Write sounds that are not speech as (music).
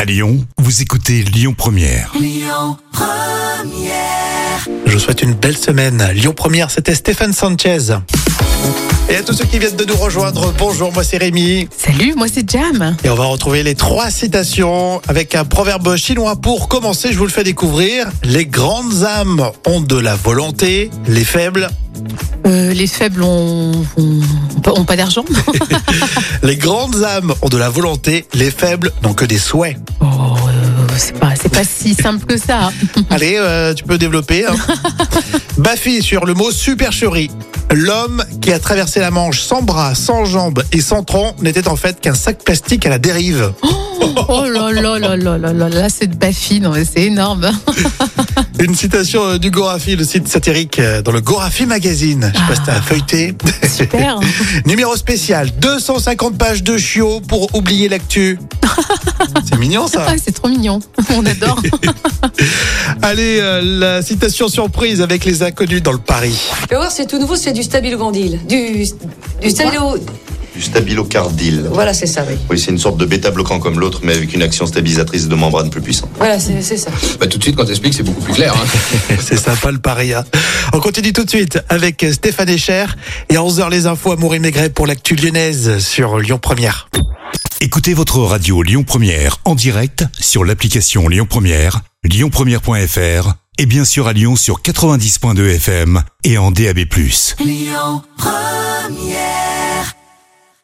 À Lyon, vous écoutez Lyon Première. Je vous souhaite une belle semaine. Lyon Première, c'était Stéphane Sanchez. Et à tous ceux qui viennent de nous rejoindre, bonjour, moi c'est Rémi. Salut, moi c'est Jam. Et on va retrouver les trois citations avec un proverbe chinois. Pour commencer, je vous le fais découvrir. Les grandes âmes ont de la volonté, les faibles. Euh, les faibles ont, ont- ont pas- ont pas d'argent. Les grandes âmes ont de la volonté, les faibles n'ont que des (laughs) souhaits. Oh, euh, c'est pas, c'est pas si simple que ça. Allez, euh, tu peux développer. (laughs) hein. Baffy sur le mot supercherie. L'homme qui a traversé la Manche sans bras, sans jambes et sans tronc n'était en fait qu'un sac plastique à la dérive. Oh là là là là là là là, c'est de baffine, c'est (laughs) énorme. Une citation euh, du Gorafi, le site satirique euh, dans le Gorafi Magazine. Je sais pas si t'as feuilleté. Super. Numéro spécial, 250 pages de chiot pour oublier l'actu. C'est mignon ça. Ah, c'est trop mignon. On adore. Allez, euh, la citation surprise avec les inconnus dans le Paris. Tu vas voir, c'est tout nouveau, c'est du stabilo-gondil. Du, du stabilo... Du stabilocardyle. Voilà, c'est ça, oui. Oui, c'est une sorte de bêta-bloquant comme l'autre, mais avec une action stabilisatrice de membrane plus puissante. Voilà, c'est c'est ça. Bah, tout de suite, quand t'expliques, c'est beaucoup plus clair. hein. C'est sympa le Paris. hein. On continue tout de suite avec euh, Stéphane Echer et à 11h les infos à Maury Maigret pour l'actu lyonnaise sur Lyon Première. Écoutez votre radio Lyon Première en direct sur l'application Lyon Première, lyonpremière.fr et bien sûr à Lyon sur 90.2 FM et en DAB+.